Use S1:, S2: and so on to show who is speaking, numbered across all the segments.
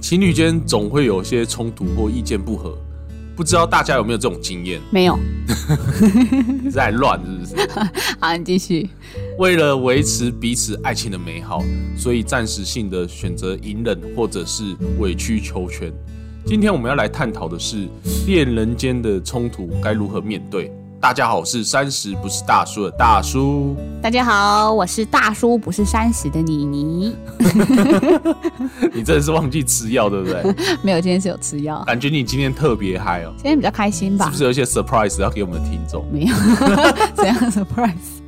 S1: 情侣间总会有些冲突或意见不合，不知道大家有没有这种经验？
S2: 没有。
S1: 你在乱是不是？
S2: 好，你继续。
S1: 为了维持彼此爱情的美好，所以暂时性的选择隐忍或者是委曲求全。今天我们要来探讨的是恋人间的冲突该如何面对。大家好，我是三十不是大叔的大叔。
S2: 大家好，我是大叔，不是三十的妮妮。
S1: 你真的是忘记吃药对不对？
S2: 没有，今天是有吃药，
S1: 感觉你今天特别嗨哦，
S2: 今天比较开心
S1: 是
S2: 吧
S1: 不？是有一些 surprise 要给我们的听众？
S2: 没有， 怎样 surprise？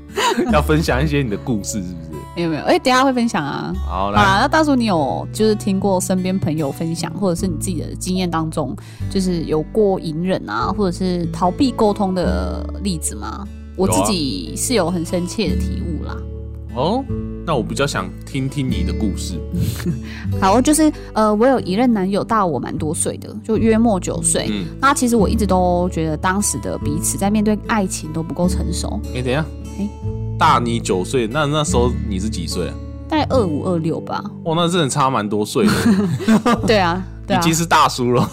S1: 要分享一些你的故事是不是？
S2: 没有没有，哎、等一下会分享啊。
S1: 好，
S2: 好
S1: 来。
S2: 啦，那大叔，你有就是听过身边朋友分享，或者是你自己的经验当中，就是有过隐忍啊，或者是逃避沟通的例子吗？我
S1: 有
S2: 自
S1: 啊
S2: 己是有很深切的体悟啦。
S1: 哦，那我比较想听听你的故事。
S2: 好，就是呃，我有一任男友大我蛮多岁的，就约莫九岁。
S1: 嗯，
S2: 那其实我一直都觉得当时的彼此在面对爱情都不够成熟，
S1: 哎、等一下，
S2: 诶
S1: 大你九岁，那那时候你是几岁啊？
S2: 大概二五二六吧。
S1: 哇，那真的差蛮多岁的，
S2: 对啊，对
S1: 已
S2: 啊，
S1: 经是大叔 了。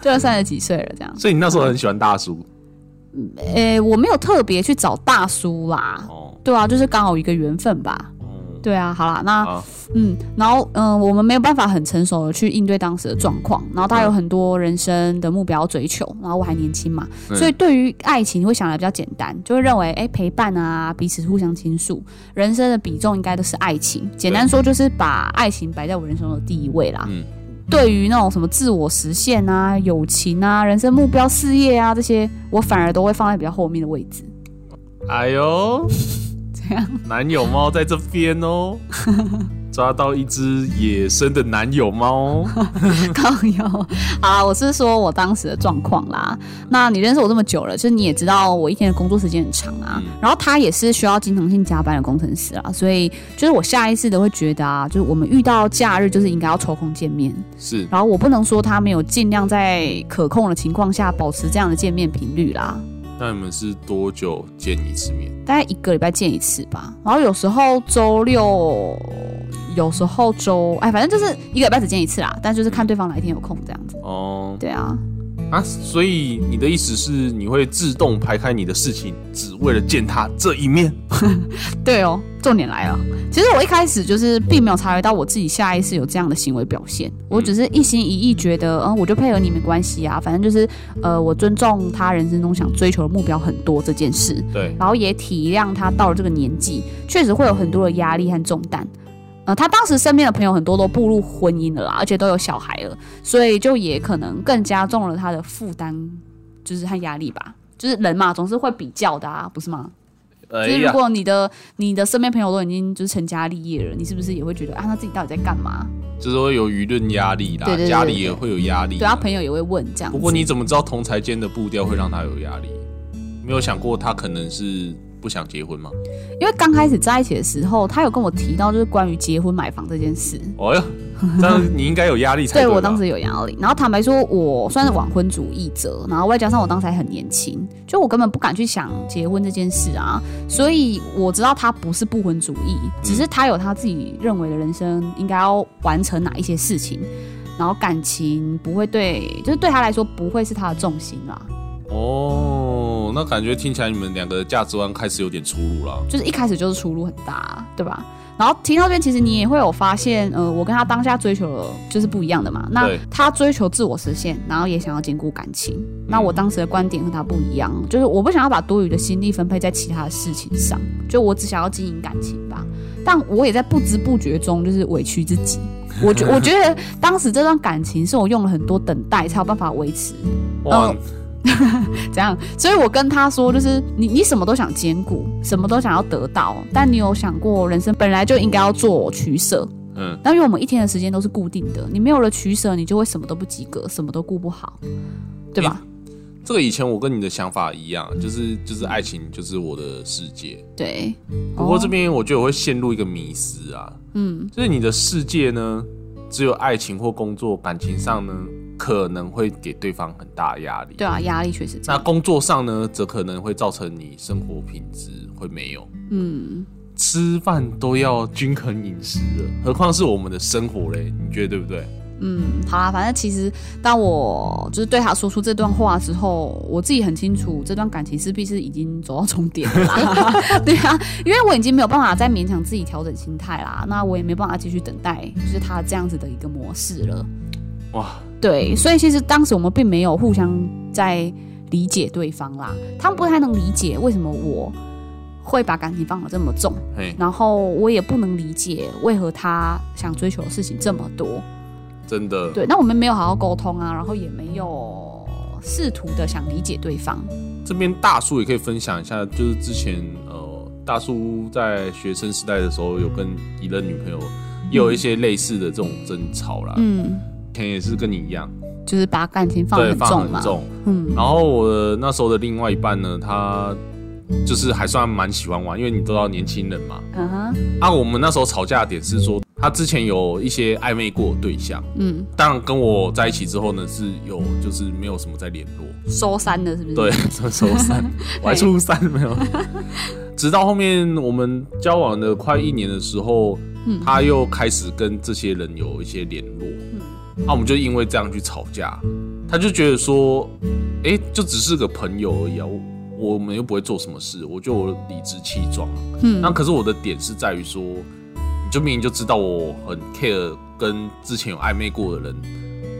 S2: 就啊三十几岁了这样。
S1: 所以你那时候很喜欢大叔
S2: 诶、我没有特别去找大叔啦，
S1: 哦。
S2: 对啊，就是刚好一个缘分吧。
S1: 嗯
S2: 对啊，好啦，那
S1: 啊，
S2: 嗯，然后嗯、呃我们没有办法很成熟的去应对当时的状况，然后他有很多人生的目标追求，然后我还年轻嘛，
S1: 嗯
S2: 所以对于爱情会想的比较简单，就会认为哎陪伴啊，彼此互相倾诉，人生的比重应该都是爱情。简单说就是把爱情摆在我人生中的第一位啦。
S1: 嗯
S2: 对于那种什么自我实现啊、友情啊、人生目标、事业啊这些，我反而都会放在比较后面的位置。
S1: 哎 呦，
S2: 这样
S1: 男友猫在这边哦，抓到一只野生的男友猫。哦
S2: 靠腰啊！我是说我当时的状况啦。那你认识我这么久了，就是你也知道我一天的工作时间很长啊。
S1: 嗯
S2: 然后他也是需要经常性加班的工程师啊，所以就是我下意识的会觉得啊，就是我们遇到假日就是应该要抽空见面。
S1: 是，
S2: 然后我不能说他没有尽量在可控的情况下保持这样的见面频率啦。
S1: 那你们是多久见一次面？
S2: 大概一个礼拜见一次吧。然后有时候周六，有时候周哎，反正就是一个礼拜只见一次啦。但就是看对方哪一天有空这样子。
S1: 哦，
S2: 对啊，
S1: 啊，所以你的意思是你会自动排开你的事情，只为了见他这一面？
S2: 对哦，重点来了。其实我一开始就是并没有察觉到我自己下意识有这样的行为表现，我只是一心一意觉得，嗯，我就配合你没关系啊，反正就是，呃，我尊重他人生中想追求的目标很多这件事，
S1: 对，
S2: 然后也体谅他到了这个年纪，确实会有很多的压力和重担。呃，他当时身边的朋友很多都步入婚姻了啦，而且都有小孩了，所以就也可能更加重了他的负担，就是和压力吧。就是人嘛，总是会比较的啊，不是吗？
S1: 哎
S2: 就是如
S1: 呀，
S2: 果你的你的身边朋友都已经就是成家立业了，你是不是也会觉得啊，他自己到底在干嘛？
S1: 就是会有舆论压力啦，
S2: 对对对
S1: 家里也会有压力。
S2: 对啊，朋友也会问这样
S1: 嗯不
S2: 子。
S1: 过你怎么知道同才间的步调会让他有压力？没有想过他可能是不想结婚 吗？
S2: 因为刚开始在一起的时候，他有跟我提到就是关于结婚买房这件事。
S1: 哦哟，这样你应该有压力才
S2: 哎 对
S1: 吧
S2: 我当时有压力，然后坦白说，我算是晚婚主义者，然后外加上我当时还很年轻，就我根本不敢去想结婚这件事啊，所以我知道他不是不婚主义，只是他有他自己认为的人生应该要完成哪一些事情，然后感情不会对，就是对他来说不会是他的重心啦，
S1: 哦，那感觉听起来你们两个的价值观开始有点出入了。
S2: 就是一开始就是出入很大啊，对吧？然后听到这边，其实你也会有发现，呃，我跟他当下追求的就是不一样的嘛。那
S1: 对
S2: 他追求自我实现，然后也想要兼顾感情。那我当时的观点和他不一样，就是我不想要把多余的心力分配在其他的事情上，就我只想要经营感情吧。但我也在不知不觉中就是委屈自己。我觉我觉得当时这段感情是我用了很多等待才有办法维持，
S1: 哇，
S2: 怎样？所以我跟他说，就是你你什么都想兼顾，什么都想要得到，但你有想过人生本来就应该要做取舍。
S1: 嗯，
S2: 那因为我们一天的时间都是固定的，你没有了取舍，你就会什么都不及格，什么都顾不好，对吧？
S1: 这个以前我跟你的想法一样，就是就是爱情就是我的世界。
S2: 对。
S1: 不过这
S2: 哦、
S1: 边我觉得我会陷入一个迷失啊，
S2: 嗯，
S1: 就是你的世界呢，只有爱情或工作、感情上呢，可能会给对方很大的压力。
S2: 对啊，压力确实这
S1: 那
S2: 样。
S1: 工作上呢，则可能会造成你生活品质会没有，
S2: 嗯，
S1: 吃饭都要均衡饮食了，何况是我们的生活嘞？你觉得对不对？
S2: 嗯，好啦，反正其实当我就是对他说出这段话之后，我自己很清楚这段感情势必是已经走到终点了啦。对啊，因为我已经没有办法再勉强自己调整心态啦，那我也没办法继续等待，就是他这样子的一个模式了。
S1: 哇，
S2: 对，所以其实当时我们并没有互相在理解对方啦，他们不太能理解为什么我会把感情放得这么重，
S1: 嘿，
S2: 然后我也不能理解为何他想追求的事情这么多。
S1: 真的，
S2: 对，那我们没有好好沟通啊，然后也没有试图的想理解对方。啊
S1: 这边大叔也可以分享一下，就是之前呃，大叔在学生时代的时候，有跟一任女朋友也有一些类似的这种争吵啦。
S2: 嗯，
S1: 以前也是跟你一样，
S2: 就是把感情放得
S1: 对，
S2: 很
S1: 放
S2: 重嘛。
S1: 很重。
S2: 嗯
S1: 然后我的那时候的另外一半呢，他就是还算蛮喜欢玩，因为你都知道年轻人嘛。
S2: 嗯哼，
S1: 啊，我们那时候吵架的点是说，他之前有一些暧昧过的对象，
S2: 嗯，
S1: 当然跟我在一起之后呢，是有就是没有什么在联络。
S2: 收山了是不是？
S1: 对，，初三，我还初三没有。 直到后面我们交往了快一年的时候，
S2: 嗯
S1: 他又开始跟这些人有一些联络，啊那、我们就因为这样去吵架。他就觉得说，哎、就只是个朋友而已啊，我我们又不会做什么事，我觉得我理直气壮。 啊
S2: 嗯
S1: 那可是我的点是在于说，你就明明就知道我很 care 跟之前有暧昧过的人，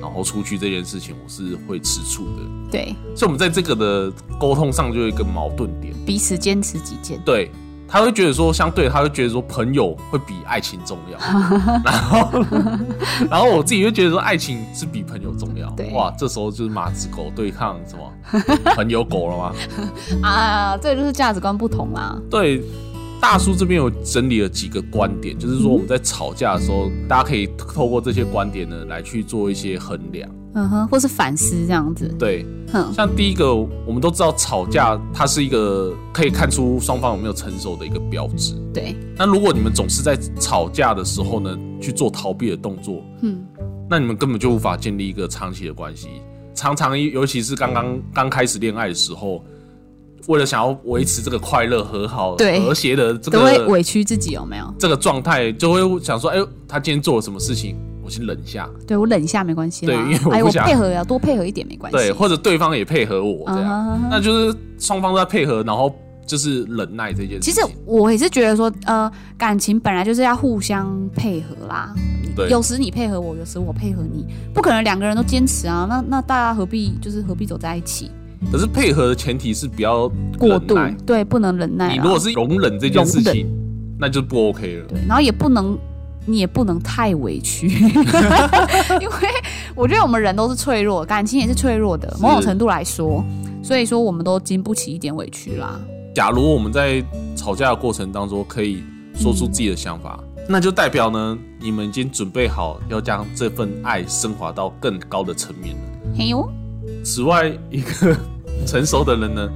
S1: 然后出去这件事情，我是会吃醋的。
S2: 对，
S1: 所以我们在这个的沟通上就有一个矛盾点，
S2: 彼此坚持己见。
S1: 对。他会觉得说，相对他会觉得说，朋友会比爱情重要。然后， 然后我自己就觉得说，爱情是比朋友重要
S2: 对。
S1: 哇，这时候就是马子狗对抗什么朋友狗了吗？
S2: 啊，这就是价值观不同啊啦。
S1: 对，大叔这边有整理了几个观点，就是说我们在吵架的时候，大家可以透过这些观点呢来去做一些衡量。
S2: 嗯哼，或是反思这样子。
S1: 对，
S2: 哼，
S1: 像第一个，我们都知道吵架，它是一个可以看出双方有没有成熟的一个标志。
S2: 对，
S1: 那如果你们总是在吵架的时候呢，去做逃避的动作，
S2: 嗯，
S1: 那你们根本就无法建立一个长期的关系。常常，尤其是刚刚刚开始恋爱的时候，为了想要维持这个快乐、和好、
S2: 对
S1: 和谐的这
S2: 都会
S1: 个
S2: 委屈自己有没有？
S1: 这个状态，就会想说：“哎呦，他今天做了什么事情？我先忍一下。
S2: 对我忍一下没关系啦。
S1: 对因为我不
S2: 哎，我
S1: 想
S2: 配合呀，多配合一点没关”系。
S1: 对，或者对方也配合我这样，
S2: 嗯哼
S1: 那就是双方都在配合，然后就是忍耐这件事
S2: 其
S1: 情。
S2: 实我也是觉得说，呃，感情本来就是要互相配合啦。
S1: 对
S2: 有时你配合我，有时我配合你，不可能两个人都坚持啊。那那大家何必就是何必走在一起
S1: 可是配合的前提是不要
S2: 过
S1: 忍
S2: 度
S1: 耐？
S2: 对，不能忍耐啊
S1: 你
S2: 啦
S1: 如果是容忍这件事情，那就不 OK 了。
S2: 对，然后也不能，你也不能太委 屈，因为我觉得我们人都是脆弱，感情也是脆弱的，
S1: 是
S2: 某种程度来说，所以说我们都经不起一点委屈啦。
S1: 假如我们在吵架的过程当中可以说出自己的想法，那就代表呢，你们已经准备好要将这份爱升华到更高的层面了。
S2: 嘿呦，
S1: 此外，一个成熟的人呢，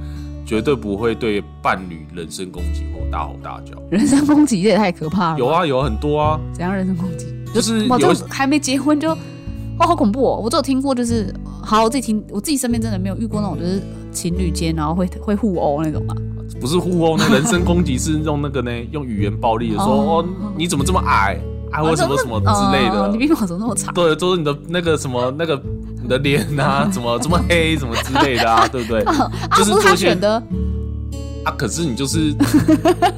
S1: 绝对不会对伴侣人身攻击或大吼大叫。
S2: 人身攻击这也太可怕了。
S1: 有，啊，有啊很多啊，
S2: 怎样人身攻击？
S1: 就是
S2: 哇，
S1: 有
S2: 这还没结婚就，哇，好恐怖哦！我只有听过，就是好，我自己听，我自己身边真的没有遇过那种，就是情侣间然后会会互殴那种啊。
S1: 不是互殴呢，人身攻击是用那个 呢，用语言暴力的说
S2: 哦
S1: 哦，你怎么这么矮啊，或者什么什么之类
S2: 嗯
S1: 的
S2: 你。比我怎么那 么长？
S1: 对，就是你的那个什么那个你的脸 啊，怎么这么黑，什么之类的啊，对不对？
S2: 啊，
S1: 就是
S2: 不是他
S1: 做一些
S2: 选的。
S1: 啊，可是你就是，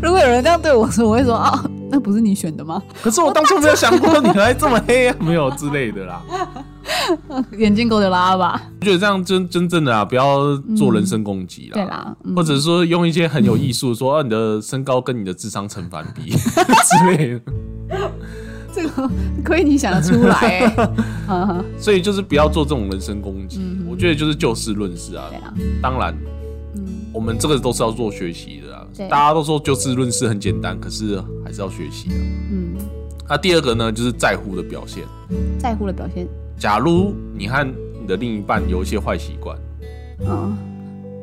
S2: 如果有人这样对我说，我会说啊，那不是你选的吗？
S1: 可是我当初没有想过你还这么黑啊，没有之类的啦。
S2: 眼睛够的拉吧？
S1: 我觉得这样真真正的啊，不要做人身攻击
S2: 对
S1: 啦。
S2: 啦，嗯
S1: 或者说用一些很有艺术，说、啊、你的身高跟你的智商成反 比之类的，
S2: 这个亏你想得出来、嗯欸。 哈哈
S1: 所以就是不要做这种人身攻击。
S2: 嗯
S1: 我觉得就是就事论事啊
S2: 对。啊，
S1: 当然，
S2: 嗯，
S1: 我们这个都是要做学习的啊
S2: 对。
S1: 大家都说就事论事很简单，可是还是要学习的。
S2: 嗯，
S1: 那第二个呢，就是在乎的表现。
S2: 在乎的表现，
S1: 假如你和你的另一半有一些坏习惯，
S2: 嗯，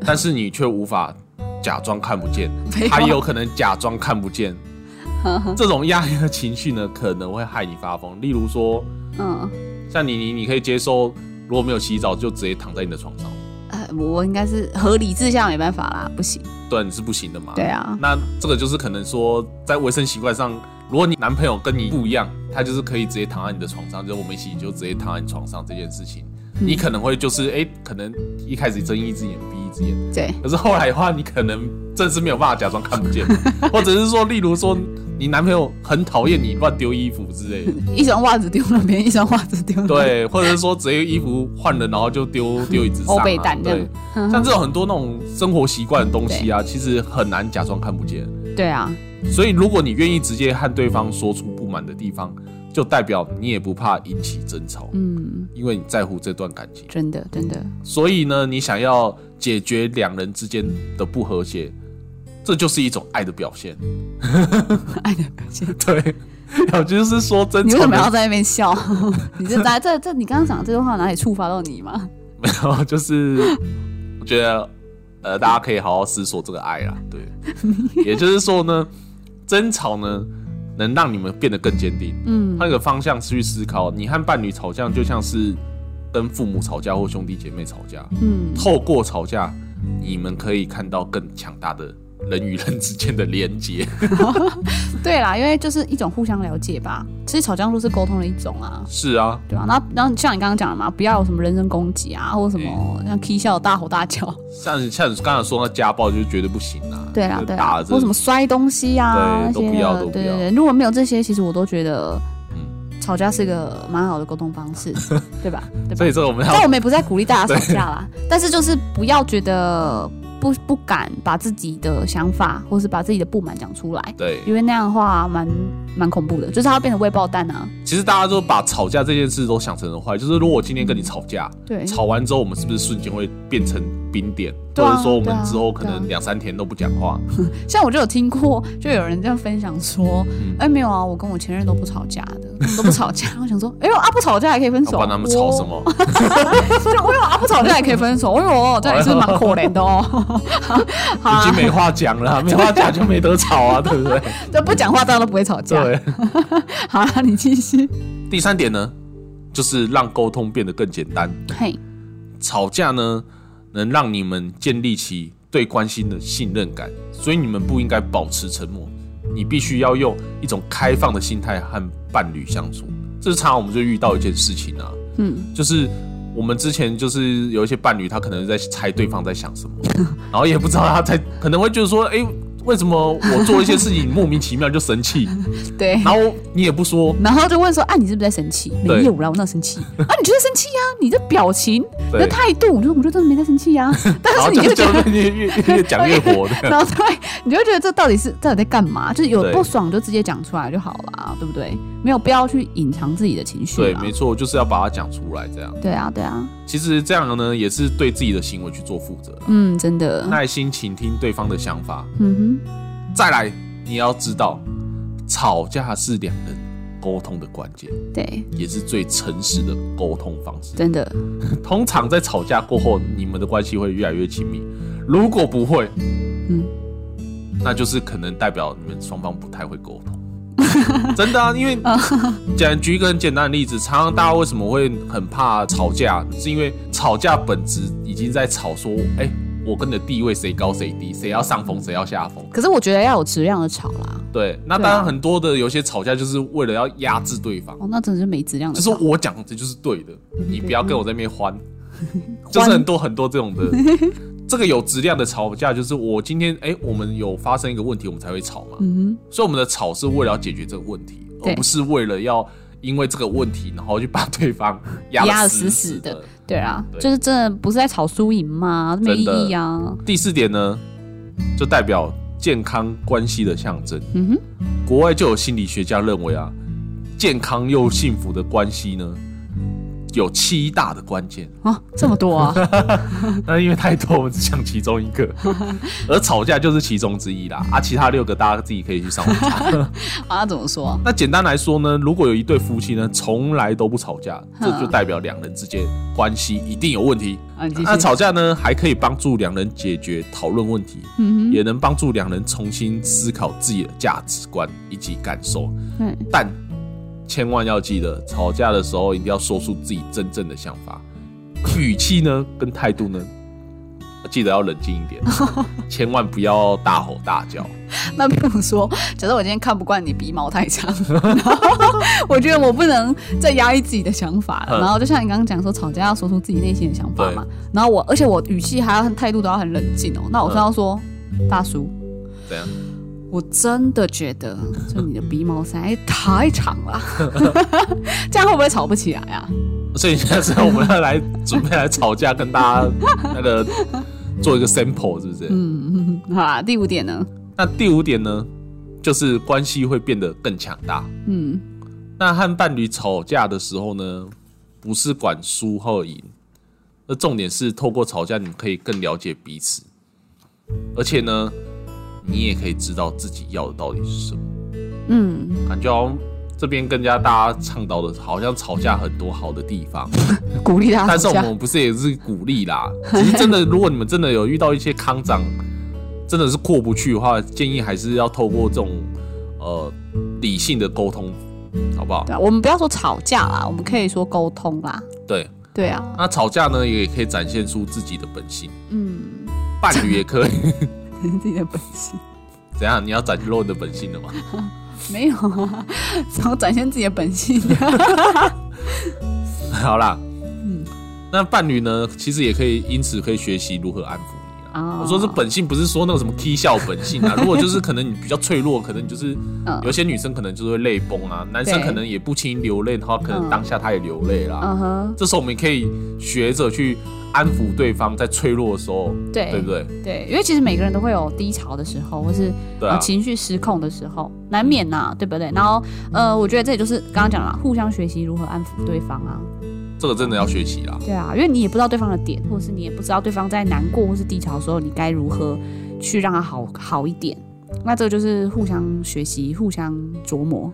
S1: 但是你却无法假装看不见，
S2: 没有
S1: 他也有可能假装看不见。这种压抑的情绪呢，可能会害你发疯。例如说，
S2: 嗯，
S1: 像你你你可以接受，如果没有洗澡就直接躺在你的床上，
S2: 呃，我应该是合理志向没办法啦，不行。
S1: 对，你是不行的嘛。
S2: 对。啊，
S1: 那这个就是可能说，在卫生习惯上如果你男朋友跟你不一样，他就是可以直接躺在你的床上，就是我们一起就直接躺在你床上这件事情，
S2: 嗯
S1: 你可能会就是哎、可能一开始睁一只眼闭一只眼，
S2: 对，
S1: 可是后来的话，你可能真是没有办法假装看不 见，或者是说，例如说你男朋友很讨厌你乱丢衣服之类的，
S2: 一双袜子丢那边，一双袜子丢那边。
S1: 对，或者是说直接衣服换了，然后就丢丢椅子上、
S2: 欧
S1: 啊，
S2: 贝蛋这
S1: 对
S2: 样，
S1: 像这种很多那种生活习惯的东西 啊，其实很难假装看不见。
S2: 对啊，
S1: 所以，如果你愿意直接和对方说出不满的地方，就代表你也不怕引起争吵，
S2: 嗯，
S1: 因为你在乎这段感情。
S2: 真的真的，
S1: 所以呢，你想要解决两人之间的不和谐，这就是一种爱的表现。
S2: 爱的表现。
S1: 对，也就是说争
S2: 你为
S1: 吵
S2: 什么要
S1: 的，
S2: 在那边笑？ 你这在这这，你刚刚讲的这句话哪里触发到你吗？
S1: 没有， 就是我觉得呃，大家可以好好思索这个爱啦。 对，也就是说呢，争吵呢能让你们变得更坚定，
S2: 嗯，
S1: 换个方向去思考，你和伴侣吵架就像是跟父母吵架或兄弟姐妹吵架，
S2: 嗯，
S1: 透过吵架，你们可以看到更强大的人与人之间的连 结。
S2: 对啦，因为就是一种互相了解吧。其实吵架都是沟通的一种啊，
S1: 是啊，
S2: 对吧、然后然后像你刚刚讲的嘛，不要有什么人身攻击啊，或者什
S1: 嗯
S2: 么像 K 笑大吼大叫，
S1: 像像刚才说那家暴就绝对不行啊，
S2: 对啦
S1: 就
S2: 对
S1: 打
S2: 啦
S1: 了，这
S2: 或什么摔东西啊
S1: 对
S2: 那些
S1: 都不要
S2: 的
S1: 都不
S2: 对
S1: 要
S2: 对对。如果没有这些，其实我都觉得
S1: 嗯，
S2: 吵架是一个蛮好的沟通方 式，对吧？对吧
S1: 所？以这个我 们要
S2: 但我们也不是在鼓励大家吵架啦，但是就是不要觉得不不敢把自己的想法或是把自己的不满讲出来，
S1: 对，
S2: 因为那样的话蛮蛮恐怖的，就是它会变成未爆弹啊。
S1: 其实大家都把吵架这件事都想成了坏，就是如果我今天跟你吵架，
S2: 对
S1: 吵完之后我们是不是瞬间会变成冰点，
S2: 对啊
S1: 或者说我
S2: 对
S1: 们
S2: 啊
S1: 之后可
S2: 对
S1: 能
S2: 啊
S1: 两三天都不讲话？
S2: 像我就有听过，就有人这样分享说，
S1: 嗯
S2: 哎、没有啊，我跟我前任都不吵架的，我们都不 吵架。我想说，哎呦啊，不吵架还可以分
S1: 要
S2: 手，
S1: 不然他们吵什？么？
S2: 就我有 啊，不吵架也可以分手，哎呦，这样也是蛮可怜 的哦。好
S1: 已
S2: 啊
S1: 经，没话讲了 啊，没话讲就没得吵啊，对不对？
S2: 就不讲话，大家都不会吵架。
S1: 对。
S2: 好啊，你继续。
S1: 第三点呢，就是让沟通变得更简单。
S2: 嘿，
S1: 吵架呢，能让你们建立起对关心的信任感，所以你们不应该保持沉默，你必须要用一种开放的心态和伴侣相处。这是常常我们就遇到一件事情啊，
S2: 嗯，
S1: 就是我们之前就是有一些伴侣，他可能在猜对方在想什么，然后也不知道他在，可能会就是说，哎、为什么我做一些事情莫名其妙就生 气，
S2: 对。
S1: 然后你也不说，
S2: 然后就问说：“啊，你是不是在生气？
S1: 对
S2: 没有啦，我哪 有生气？啊，你就在生气呀、你的表情、你
S1: 对
S2: 的态度，我就我就真的没在生气呀、但
S1: 然后
S2: 是你
S1: 就
S2: 就
S1: 就
S2: 觉得，
S1: 越越越讲越火 的。
S2: 然后对，你就会觉得这到底是到底在干嘛？就是有
S1: 对
S2: 不爽就直接讲出来就好啦，对不对？没有必要去隐藏自己的情绪
S1: 对，
S2: 啊
S1: 没。错，就是要把它讲出来，这样。
S2: 对啊，对啊，
S1: 其实这样呢，也是对自己的行为去做负责啦。
S2: 嗯，真的，
S1: 耐心倾听对方的想法，
S2: 嗯哼，
S1: 再来，你要知道，吵架是两人沟通的关键，
S2: 对，
S1: 也是最诚实的沟通方式。
S2: 真的，
S1: 通常在吵架过后，你们的关系会越来越亲密。如果不会，
S2: 嗯，
S1: 那就是可能代表你们双方不太会沟通。 真的啊，因为讲举一个很简单的例子，常常大家为什么会很怕吵架，是因为吵架本质已经在吵说，哎、我跟你的地位谁高谁低，谁要上风谁要下风。
S2: 可是我觉得要有质量的吵啦。
S1: 对，那
S2: 对啊
S1: 当然很多的有些吵架就是为了要压制对方，
S2: 哦，那真的是没质量的
S1: 就是
S2: 吵。
S1: 我讲的就是对的，
S2: 嗯
S1: 你不要跟我在那边 欢，就是很多很多这种的。这个有质量的吵架，就是我今天哎、我们有发生一个问题，我们才会吵嘛。
S2: 嗯
S1: 所以我们的吵是为了要解决这个问题，
S2: 对
S1: 而不是为了要因为这个问题，然后去把对方压得
S2: 压得
S1: 死
S2: 死
S1: 死
S2: 死
S1: 的。
S2: 的哼，对啊，
S1: 对
S2: 就是真的不是在吵输赢嘛，没
S1: 真
S2: 意
S1: 的
S2: 义啊。
S1: 第四点呢，就代表健康关系的象征。
S2: 嗯哼。
S1: 国外就有心理学家认为啊，健康又幸福的关系呢，有七大的关键。
S2: 啊，这么多啊！
S1: 那因为太多，我们只讲其中一个，而吵架就是其中之一啦。啊，其他六个大家自己可以去上网查。
S2: 啊，怎么说？
S1: 那简单来说呢，如果有一对夫妻呢，从来都不吵架，这
S2: 嗯
S1: 就代表两人之间关系一定有问题。
S2: 啊，你继续。
S1: 那吵架呢，还可以帮助两人解决讨论问题，
S2: 嗯
S1: 也能帮助两人重新思考自己的价值观以及感受。
S2: 哼，对，
S1: 但千万要记得，吵架的时候一定要说出自己真正的想法，语气呢跟态度呢记得要冷静一点，千万不要大吼大叫。
S2: 那比如说，假设我今天看不惯你鼻毛太长， 然后我觉得我不能再压抑自己的想法了。
S1: 嗯
S2: 然后就像你刚刚讲说，吵架要说出自己内心的想法
S1: 对
S2: 嘛。然后我，而且我语气还要很态度都要很冷静哦。那我就要说，
S1: 嗯
S2: 大叔，
S1: 怎样？
S2: 我真的觉得就你的鼻毛实在太长了， 这样会不会吵不起来啊？
S1: 所以现在是我们要来准备来吵架，跟大家那个做一个 sample，是不是？
S2: 嗯， 好啦，第五点呢，
S1: 那第五点呢，就是关系会变得更强大。
S2: 嗯，
S1: 那和伴侣吵架的时候呢，不是管输或赢，那重点是透过吵架，你们可以更了解彼此，而且呢，你也可以知道自己要的到底是什么。
S2: 嗯，
S1: 感觉好像这边更加大家倡导的，好像吵架很多好的地方，
S2: 鼓励他
S1: 但是
S2: 啊吵
S1: 我
S2: 架。
S1: 们不是也是鼓励啦，只是真的，如果你们真的有遇到一些康长，真的是过不去的话，建议还是要透过这种呃理性的沟通，好不好？
S2: 对啊，我们不要说吵架啦，我们可以说沟通啦。
S1: 对，
S2: 对啊，
S1: 那吵架呢，也可以展现出自己的本性，
S2: 嗯，
S1: 伴侣也 可以。
S2: 自己的本性。
S1: 怎样？你要展露你的本性了 吗？
S2: 没有啊，然后展现自己的本性。
S1: 好啦，
S2: 嗯
S1: 那伴侣呢，其实也可以因此可以学习如何安抚你啦。
S2: 哦
S1: 我说是本性，不是说那个什么 K 笑本性 啊。如果就是可能你比较脆弱，可能你就是
S2: 嗯
S1: 有些女生可能就是会泪崩啊，男生
S2: 对
S1: 可能也不轻易流泪的话，可
S2: 嗯
S1: 能当下他也流泪啦。
S2: 嗯哼，
S1: 这时候我们可以学着去安抚对方在脆弱的时候，
S2: 对
S1: 对不对？
S2: 对，因为其实每个人都会有低潮的时候，或是、
S1: 对啊嗯
S2: 呃，情绪失控的时候，难免呐、对不对？然后呃，我觉得这也就是刚刚讲了，互相学习如何安抚对方啊。
S1: 这个真的要学习啦。
S2: 对啊，因为你也不知道对方的点，或者是你也不知道对方在难过或是低潮的时候，你该如何去让他好好一点。那这个就是互相学习、互相琢磨。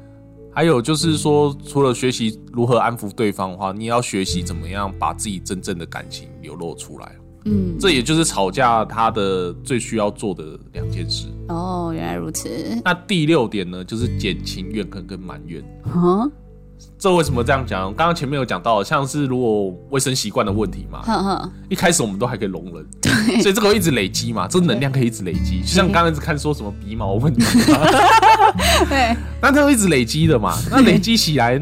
S1: 还有就是说，除了学习如何安抚对方的话，你也要学习怎么样把自己真正的感情流露出来。
S2: 嗯，
S1: 这也就是吵架它的最需要做的两件事。
S2: 哦，原来如此。
S1: 那第六点呢，就是减轻怨恨跟埋怨。
S2: 嗯
S1: 这为什么这样讲？刚刚前面有讲到，像是如果卫生习惯的问题嘛，
S2: 哼哼，
S1: 一开始我们都还可以容忍，所以这个会一直累积嘛，这能量可以一直累积。就像刚刚一直看说什么鼻毛问题 嘛，
S2: 对
S1: 那它会一直累积的嘛，那累积起来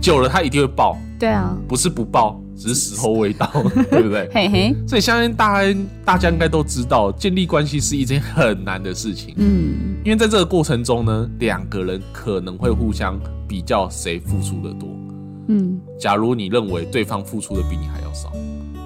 S1: 久了，它一定会爆。
S2: 对啊，
S1: 不是不报，只是时候未到，对不对？
S2: 嘿嘿，
S1: 所以相信大家大家应该都知道，建立关系是一件很难的事情，
S2: 嗯。
S1: 因为在这个过程中呢，两个人可能会互相比较谁付出的多。
S2: 嗯，
S1: 假如你认为对方付出的比你还要少，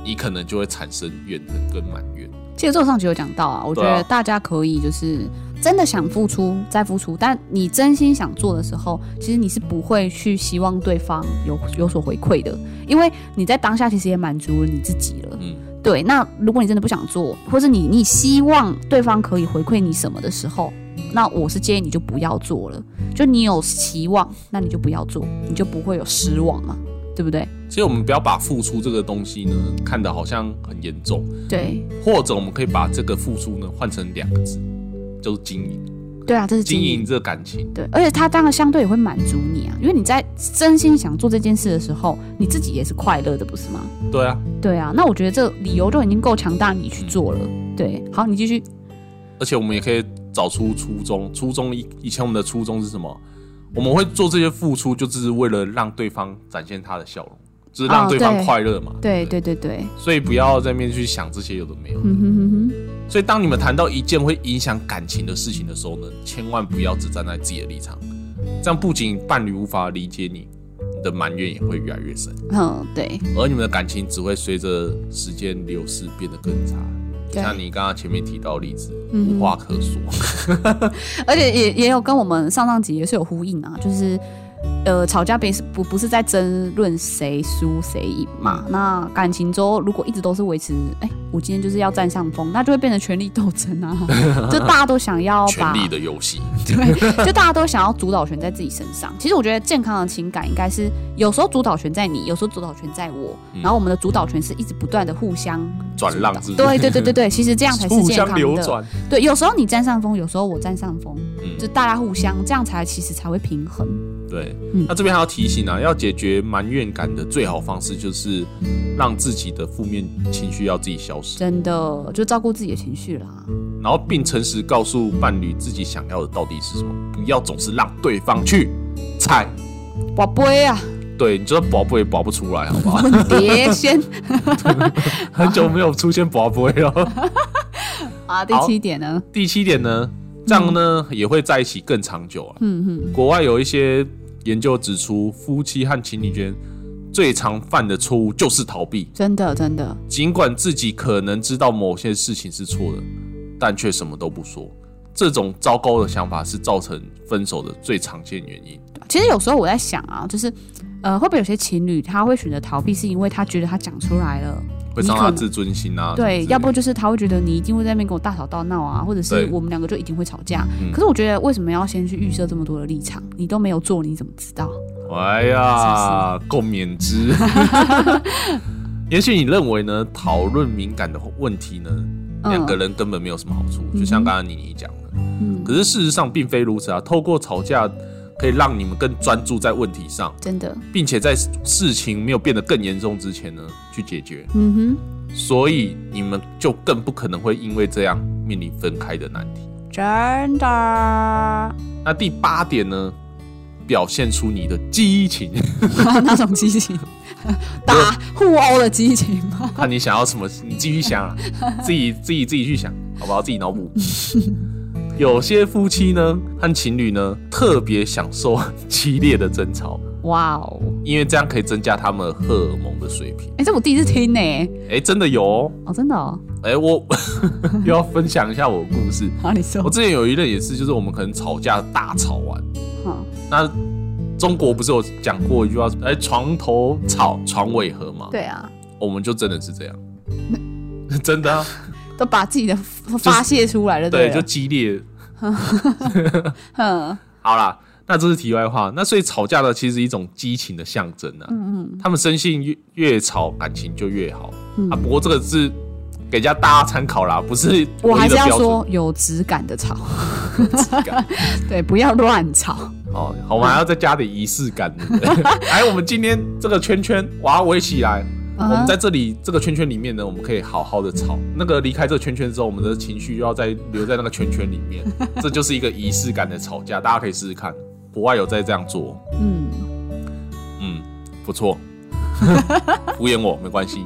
S1: 你可能就会产生怨恨跟埋怨。
S2: 其实这个上集有讲到啊，我觉
S1: 对啊
S2: 得大家可以就是真的想付出再付出，但你真心想做的时候，其实你是不会去希望对方有有所回馈的，因为你在当下其实也满足了你自己了。
S1: 嗯，
S2: 对，那如果你真的不想做，或是你你希望对方可以回馈你什么的时候，那我是建议你就不要做了。就你有期望，那你就不要做，你就不会有失望嘛，对不对？
S1: 所以我们不要把付出这个东西呢看得好像很严重，
S2: 对，
S1: 或者我们可以把这个付出呢换成两个字，就是经营，
S2: 对啊，这是
S1: 经
S2: 经营
S1: 营这个感情。
S2: 对，而且他当然相对也会满足你啊，因为你在真心想做这件事的时候，你自己也是快乐的，不是吗？
S1: 对啊，
S2: 对啊，那我觉得这理由就已经够强大，你去做了。对，好，你继续。
S1: 而且我们也可以找出初衷。初衷以以前我们的初衷是什么？我们会做这些付出，就只是为了让对方展现他的笑容，就是让
S2: 哦
S1: 对方
S2: 对
S1: 快乐嘛。
S2: 对
S1: 不
S2: 对对对，
S1: 所以不要在面去想这些有的没有。
S2: 嗯哼哼哼，
S1: 所以当你们谈到一件会影响感情的事情的时候呢，千万不要只站在自己的立场，这样不仅伴侣无法理解你，你的埋怨也会越来越深，
S2: 嗯，对
S1: 而你们的感情只会随着时间流逝变得更差。就
S2: 对
S1: 像你刚刚前面提到的例子，
S2: 嗯
S1: 无话可说。
S2: 而且也也有跟我们上上集也是有呼应啊，就是呃，吵架不是不不是在争论谁输谁赢嘛。那感情中如果一直都是维持，哎、我今天就是要占上风，那就会变成权力斗争 啊，就大家都想要把
S1: 权力的游戏，
S2: 对，就大家都想要主导权在自己身上。其实我觉得健康的情感应该是有时候主导权在你，有时候主导权在我，
S1: 嗯
S2: 然后我们的主导权是一直不断的互相
S1: 转让
S2: 主
S1: 是不是
S2: 导对 对对对对，其实这样才是
S1: 嗯互
S2: 健
S1: 相
S2: 康
S1: 流
S2: 的。
S1: 转。
S2: 对，有时候你占上风，有时候我占上风，
S1: 嗯
S2: 就大家互相这样才其实才会平衡。
S1: 对，
S2: 嗯
S1: 那这边还要提醒啊，要解决埋怨感的最好方式就是让自己的负面情绪要自己消失，
S2: 真的就照顾自己的情绪啦。
S1: 然后并诚实告诉伴侣自己想要的到底是什么，不要总是让对方去猜。
S2: 宝贝啊，
S1: 对，你知道宝贝也保不出来，好 不好？
S2: 别先
S1: 很久没有出现宝贝 了。
S2: 啊，第七点呢？
S1: 第七点呢，这样呢、也会在一起更长久啊。
S2: 嗯哼，
S1: 国外有一些研究指出，夫妻和情侣间最常犯的错误就是逃避。
S2: 真的真的，
S1: 尽管自己可能知道某些事情是错的，但却什么都不说。这种糟糕的想法是造成分手的最常见原因。
S2: 其实有时候我在想啊，就是呃，会不会有些情侣他会选择逃避，是因为他觉得他讲出来了，
S1: 会伤他自尊心啊！什么之
S2: 对
S1: 类，的
S2: 要不就是他会觉得你一定会在那边跟我大吵大闹啊，或者是
S1: 对
S2: 我们两个就一定会吵架
S1: 嗯。
S2: 可是我觉得为什么要先去预设这么多的立场？你都没有做，你怎么知道？
S1: 哎呀，共勉之。 也许你认为呢，讨论敏感的问题呢，
S2: 嗯
S1: 两个人根本没有什么好处，就像刚刚妮妮讲的。
S2: 嗯，
S1: 可是事实上并非如此啊，透过吵架可以让你们更专注在问题上，
S2: 真的，
S1: 并且在事情没有变得更严重之前呢去解决，
S2: 嗯
S1: 所以你们就更不可能会因为这样面临分开的难题。
S2: 哼，真的，
S1: 那第八点呢，表现出你的激情，
S2: 那种激情，打互殴的激情吗？
S1: 看你想要什么，你继续想啊，自己自己自己去想，好不好？自己脑补。有些夫妻呢和情侣呢特别享受激烈的争吵，
S2: 哇哦，
S1: 因为这样可以增加他们荷尔蒙的水平。
S2: 哎，这我第一次听呢，
S1: 哎、真的有哦！
S2: 哦，真的哦，
S1: 哎、我 又要分享一下我的故事。
S2: 好，你说
S1: 我，之前有一任也是，就是我们可能吵架大吵完，
S2: 嗯
S1: 那中国不是有讲过一句话，哎、床头吵，床尾和嘛？，
S2: 对啊，
S1: 我们就真的是这样， 真的 啊，
S2: 都把自己的发泄出来了，
S1: 对，
S2: 了
S1: 就激 烈。
S2: 嗯
S1: 好啦，那这是题外话。那所以吵架呢，其实是一种激情的象征啊。
S2: 嗯
S1: 他们深信越越吵感情就越好、
S2: 嗯
S1: 啊。不过这个是给大家大家参考啦，不是
S2: 嗯，我还是
S1: 唯一
S2: 要
S1: 的标准
S2: 说 有质感的吵，
S1: 质感。
S2: 对，不要乱吵，
S1: 哦，好，我们还要再加点仪式 感，对不对？哎，我们今天这个圈圈，我要围起来。
S2: 嗯哼
S1: 我们在这里这个圈圈里面呢，我们可以好好的吵。那个离开这个圈圈之后，我们的情绪又要再留在那个圈圈里 面，这就是一个仪式感的吵架，大家可以试试看。国外有在这样做，
S2: 嗯，
S1: 嗯，不 错。敷衍我没关系。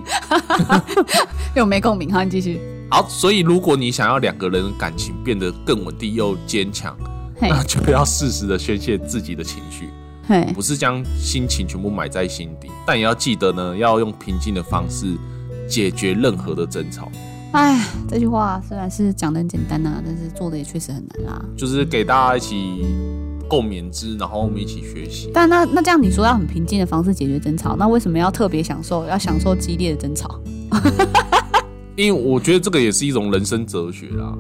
S2: 又没共鸣，好，你继续，
S1: 好，所以如果你想要两个人的感情变得更稳定又坚强，
S2: 嘿
S1: 那就要适时的宣泄自己的情绪。
S2: 嘿，
S1: 不是将心情全部埋在心底，但也要记得呢，要用平静的方式解决任何的争吵，
S2: 哎，这句话虽然是讲的很简单呐、但是做的也确实很难啊啦、
S1: 就是给大家一起共勉之，然后我们一起学习。
S2: 但那那这样你说要很平静的方式解决争吵，那为什么要特别享受要享受激烈的争吵？
S1: 因为我觉得这个也是一种人生哲学啦，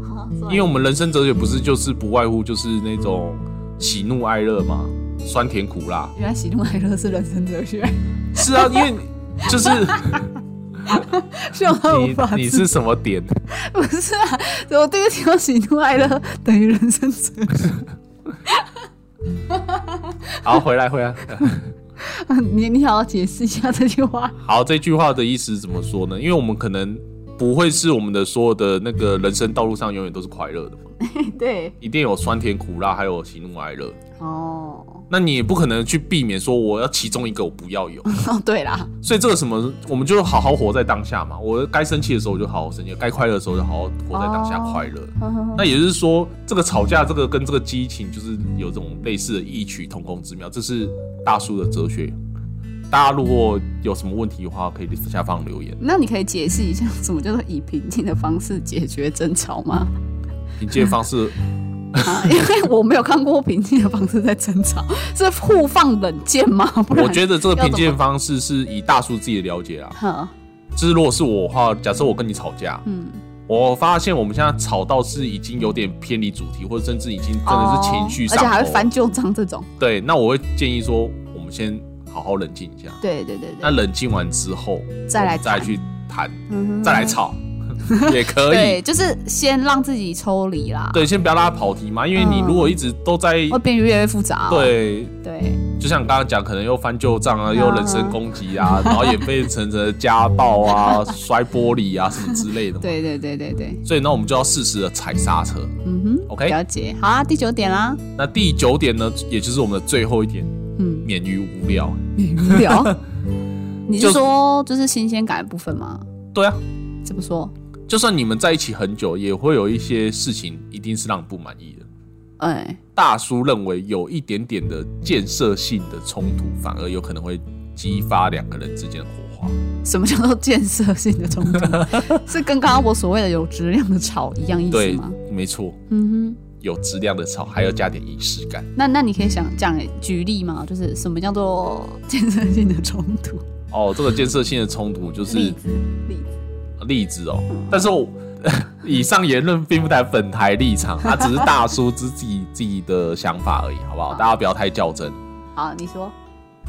S1: 因为我们人生哲学不是就是不外乎就是那种喜怒哀乐嘛，酸甜苦辣。
S2: 原来喜怒哀乐是人生哲学，
S1: 是啊，因为就是
S2: 笑到无法
S1: 你你
S2: 自
S1: 是什么点？
S2: 不是啊，我第一个听到喜怒哀乐等于人生哲学，
S1: 好，回来回来。
S2: 啊你你好好解释一下这句话。
S1: 好，这句话的意思怎么说呢？因为我们可能不会是我们的所有的那个人生道路上永远都是快乐的嘛，
S2: 对，
S1: 一定有酸甜苦辣，还有喜怒哀乐。
S2: 哦，
S1: 那你也不可能去避免说我要其中一个我不要有，
S2: 哦，对啦，
S1: 所以这个什么，我们就好好活在当下嘛。我该生气的时候我就好好生气，该快乐的时候就好好活在当下
S2: 哦
S1: 快乐。
S2: 呵呵呵
S1: 那也就是说，这个吵架这个跟这个激情就是有这种类似的异曲同工之妙，这是大叔的哲学。大家如果有什么问题的话，可以下方留言。
S2: 那你可以解释一下什么叫做以平静的方式解决争吵吗？
S1: 迎接方式，
S2: 啊，因为我没有看过平静的方式在争吵，是互放冷箭吗？ 不然
S1: 我觉得这个
S2: 要怎
S1: 评
S2: 么
S1: 鉴方式是以大叔自己的了解啊。
S2: 哈，
S1: 就是如果是我的话，假设我跟你吵架，
S2: 嗯，
S1: 我发现我们现在吵到是已经有点偏离主题，或者甚至已经真的是情绪上
S2: 哦而且
S1: 头，
S2: 还会翻旧账这种。
S1: 对，那我会建议说，我们先好好冷静一下。
S2: 对对对
S1: 那
S2: 对，
S1: 冷静完之后，
S2: 再来
S1: 我们再
S2: 谈
S1: 去谈，
S2: 嗯哼
S1: 再来吵。也可以
S2: 对，。就是先让自己抽离啦，
S1: 对，先不要让它跑题嘛，因为你
S2: 嗯
S1: 如果一直都在
S2: 会变得越来越复杂、哦。
S1: 对
S2: 对，
S1: 就像刚刚讲，可能又翻旧账
S2: 嗯
S1: 啊，又人身攻击 啊，然后也变成了家暴啊、摔玻璃啊什么之类的嘛。
S2: 对对对对对，
S1: 所以呢，我们就要适时的踩刹车。
S2: 嗯哼
S1: OK
S2: 了解。好啊，第九点啦，
S1: 那第九点呢，也就是我们的最后一点，
S2: 嗯，
S1: 免于无聊。
S2: 无聊。你
S1: 就是
S2: 说就是新鲜感的部分吗？
S1: 对啊，
S2: 怎么说？
S1: 就算你们在一起很久，也会有一些事情一定是让你不满意的。
S2: 哎，
S1: 大叔认为有一点点的建设性的冲突，反而有可能会激发两个人之间的火花。
S2: 什么叫做建设性的冲 突？是跟刚刚我所谓的有质量的吵一样意思
S1: 对
S2: 吗？，
S1: 没错，
S2: 嗯
S1: 有质量的吵，还要加点仪式感
S2: 哼，。那那你可以想讲举例吗？就是什么叫做建设性的冲突？
S1: 哦，这个建设性的冲突就是
S2: 子，例子。
S1: 例子哦。但是我 以上言论并不代表本台立场，它只是大叔自己自己的想法而已，好不好？大家不要太较真。
S2: 好，你说。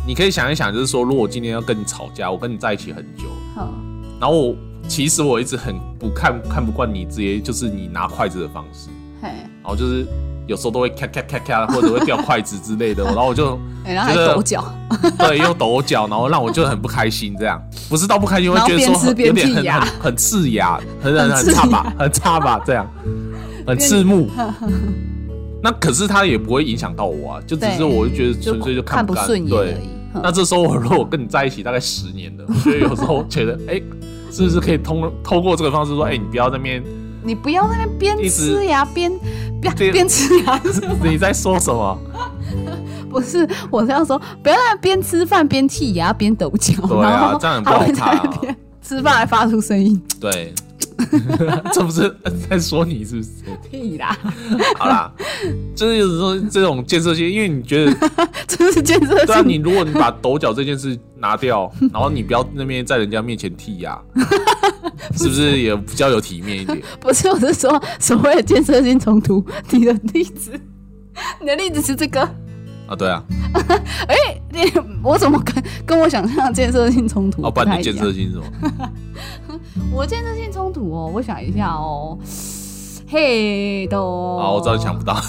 S1: 你可以想一想，就是说，如果今天要跟你吵架，我跟你在一起很久，
S2: 嗯，
S1: 然后我其实我一直很不看看不惯你直接就是你拿筷子的方式，
S2: 嘿，
S1: 然后就是有时候都会咔咔咔咔，或者会掉筷子之类的，然后我就
S2: 哎然后还
S1: 觉得
S2: 抖脚，
S1: 对又抖脚，然后让我就很不开心，这样不是到不开心，会
S2: 然后
S1: 觉得说
S2: 边吃
S1: 很
S2: 边
S1: 有点
S2: 剔
S1: 很
S2: 牙
S1: 很很刺 牙，很很
S2: 很
S1: 很
S2: 刺
S1: 差吧，很差吧， 这样很刺目。那可是他也不会影响到我啊，就只是
S2: 对
S1: 我就觉得纯粹就
S2: 看
S1: 不
S2: 不
S1: 干
S2: 顺眼
S1: 对
S2: 而已。嗯
S1: 那这时候我如果跟你在一起大概十年了，我觉得有时候觉得，哎、是不是可以通透过这个方式说，哎、你不要在那边
S2: 你不要那边
S1: 一
S2: 边
S1: 直
S2: 吃牙边边
S1: 这
S2: 边吃牙，是吗
S1: 你在说什么？
S2: 不是？我是要说，不要在那边吃饭边剔牙边抖脚，
S1: 对啊
S2: 然后
S1: 这样很不好
S2: 还会在
S1: 看啊
S2: 那边吃饭还发出声音，
S1: 对， 这不是在说你是不是？
S2: 屁啦！
S1: 好 啦，就是有时候这种建设性，因为你觉得，
S2: 这是建设
S1: 对啊，
S2: 性。
S1: 你如果你把抖脚这件事拿掉，然后你不要那边在人家面前剔 牙，是不是也比较有体面一点？
S2: 不是，我是说所谓的建设性冲突。你的例子， 你的例子是这个。
S1: 啊，对啊，
S2: 哎、你我怎么跟跟我想象的建设性冲突
S1: 哦，不
S2: 不
S1: 然
S2: 太
S1: 你
S2: 一
S1: 建
S2: 样？
S1: 设性是什么？
S2: 我建设性冲突哦，我想一下哦。嘿的哦，
S1: 啊，我知道你想不到，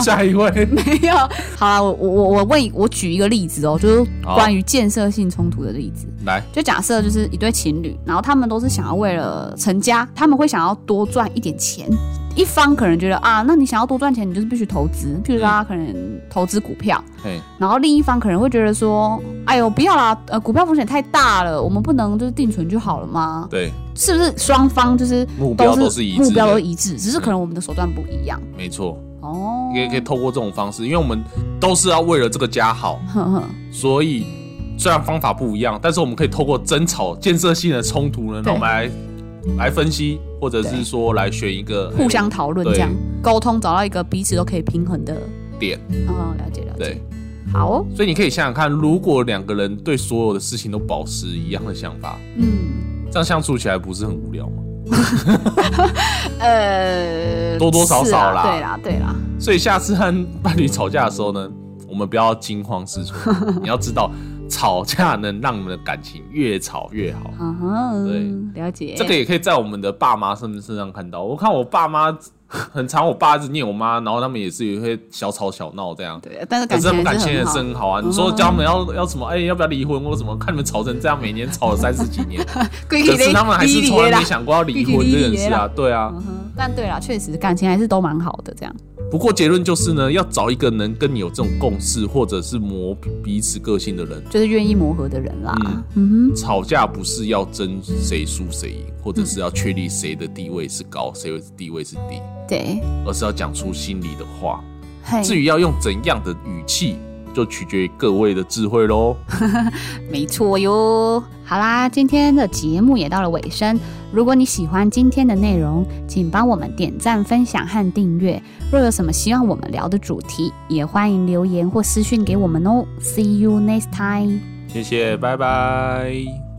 S1: 下一位。
S2: 没有。好啦，我我我我问，我举一个例子哦，就是关于建设性冲突的例子。
S1: 来，
S2: 就假设就是一对情侣，然后他们都是想要为了成家，他们会想要多赚一点钱。一方可能觉得啊，那你想要多赚钱，你就是必须投资，譬
S1: 嗯
S2: 如说他可能投资股票，
S1: 嘿，
S2: 然后另一方可能会觉得说，哎呦不要啦，呃，股票风险太大了，我们不能就是定存就好了吗？
S1: 对，
S2: 是不是双方就是
S1: 目标都
S2: 都
S1: 是一致的
S2: 目标都一致，只是可能我们的手段不一样
S1: 没错，
S2: 哦。
S1: 也可以透过这种方式，因为我们都是要为了这个家好，
S2: 呵呵，
S1: 所以虽然方法不一样，但是我们可以透过争吵、建设性的冲突呢，
S2: 对
S1: 让我们来来分析，或者是
S2: 对
S1: 说来选一个
S2: 互相讨论
S1: 对
S2: 这样沟通，找到一个彼此都可以平衡的。
S1: 点。
S2: 嗯，了解了解。
S1: 对，
S2: 好哦，
S1: 所以你可以想想看，如果两个人对所有的事情都保持一样的想法，
S2: 嗯，
S1: 这样相处起来不是很无聊吗？
S2: 呃，
S1: 多多少
S2: 是啊
S1: 少啦
S2: 对啦对啦，
S1: 所以下次和伴侣吵架的时候呢，我们不要惊慌失措， 你要知道，吵架能让我们的感情越吵越好。
S2: 嗯哼，
S1: 对
S2: 了解。
S1: 这个也可以在我们的爸妈身身上看到。我看我爸妈很常，我爸一直念我妈，然后他们也是也会小吵小闹这样。
S2: 对，但是
S1: 可
S2: 感
S1: 是他们
S2: 情
S1: 感
S2: 还
S1: 情
S2: 是
S1: 也
S2: 很
S1: 是
S2: 好。嗯
S1: 很好啊！你说叫他们要要什么？哎，要不要离婚或者什么？看你们吵成这样，每年吵了三十几年，
S2: 可
S1: 可是他们还是从来没想过要离婚这件
S2: 离离
S1: 事啊
S2: 啦！
S1: 对啊。
S2: 嗯哼，但对啦，确实感情还是都蛮好的，这样。
S1: 不过结论就是呢，要找一个能跟你有这种共识或者是磨彼此个性的人。
S2: 就是愿意磨合的人啦。
S1: 嗯
S2: 嗯哼，
S1: 吵架不是要争谁输谁赢，或者是要确立谁的地位是高，谁的地位是低，
S2: 对，
S1: 而是要讲出心里的话。
S2: 嘿，
S1: 至于要用怎样的语气，就取决于各位的智慧喽。
S2: 没错哟。好啦，今天的节目也到了尾声。如果你喜欢今天的内容，请帮我们点赞、分享和订阅。若有什么希望我们聊的主题，也欢迎留言或私讯给我们哦。See you next time.
S1: 谢谢，拜拜。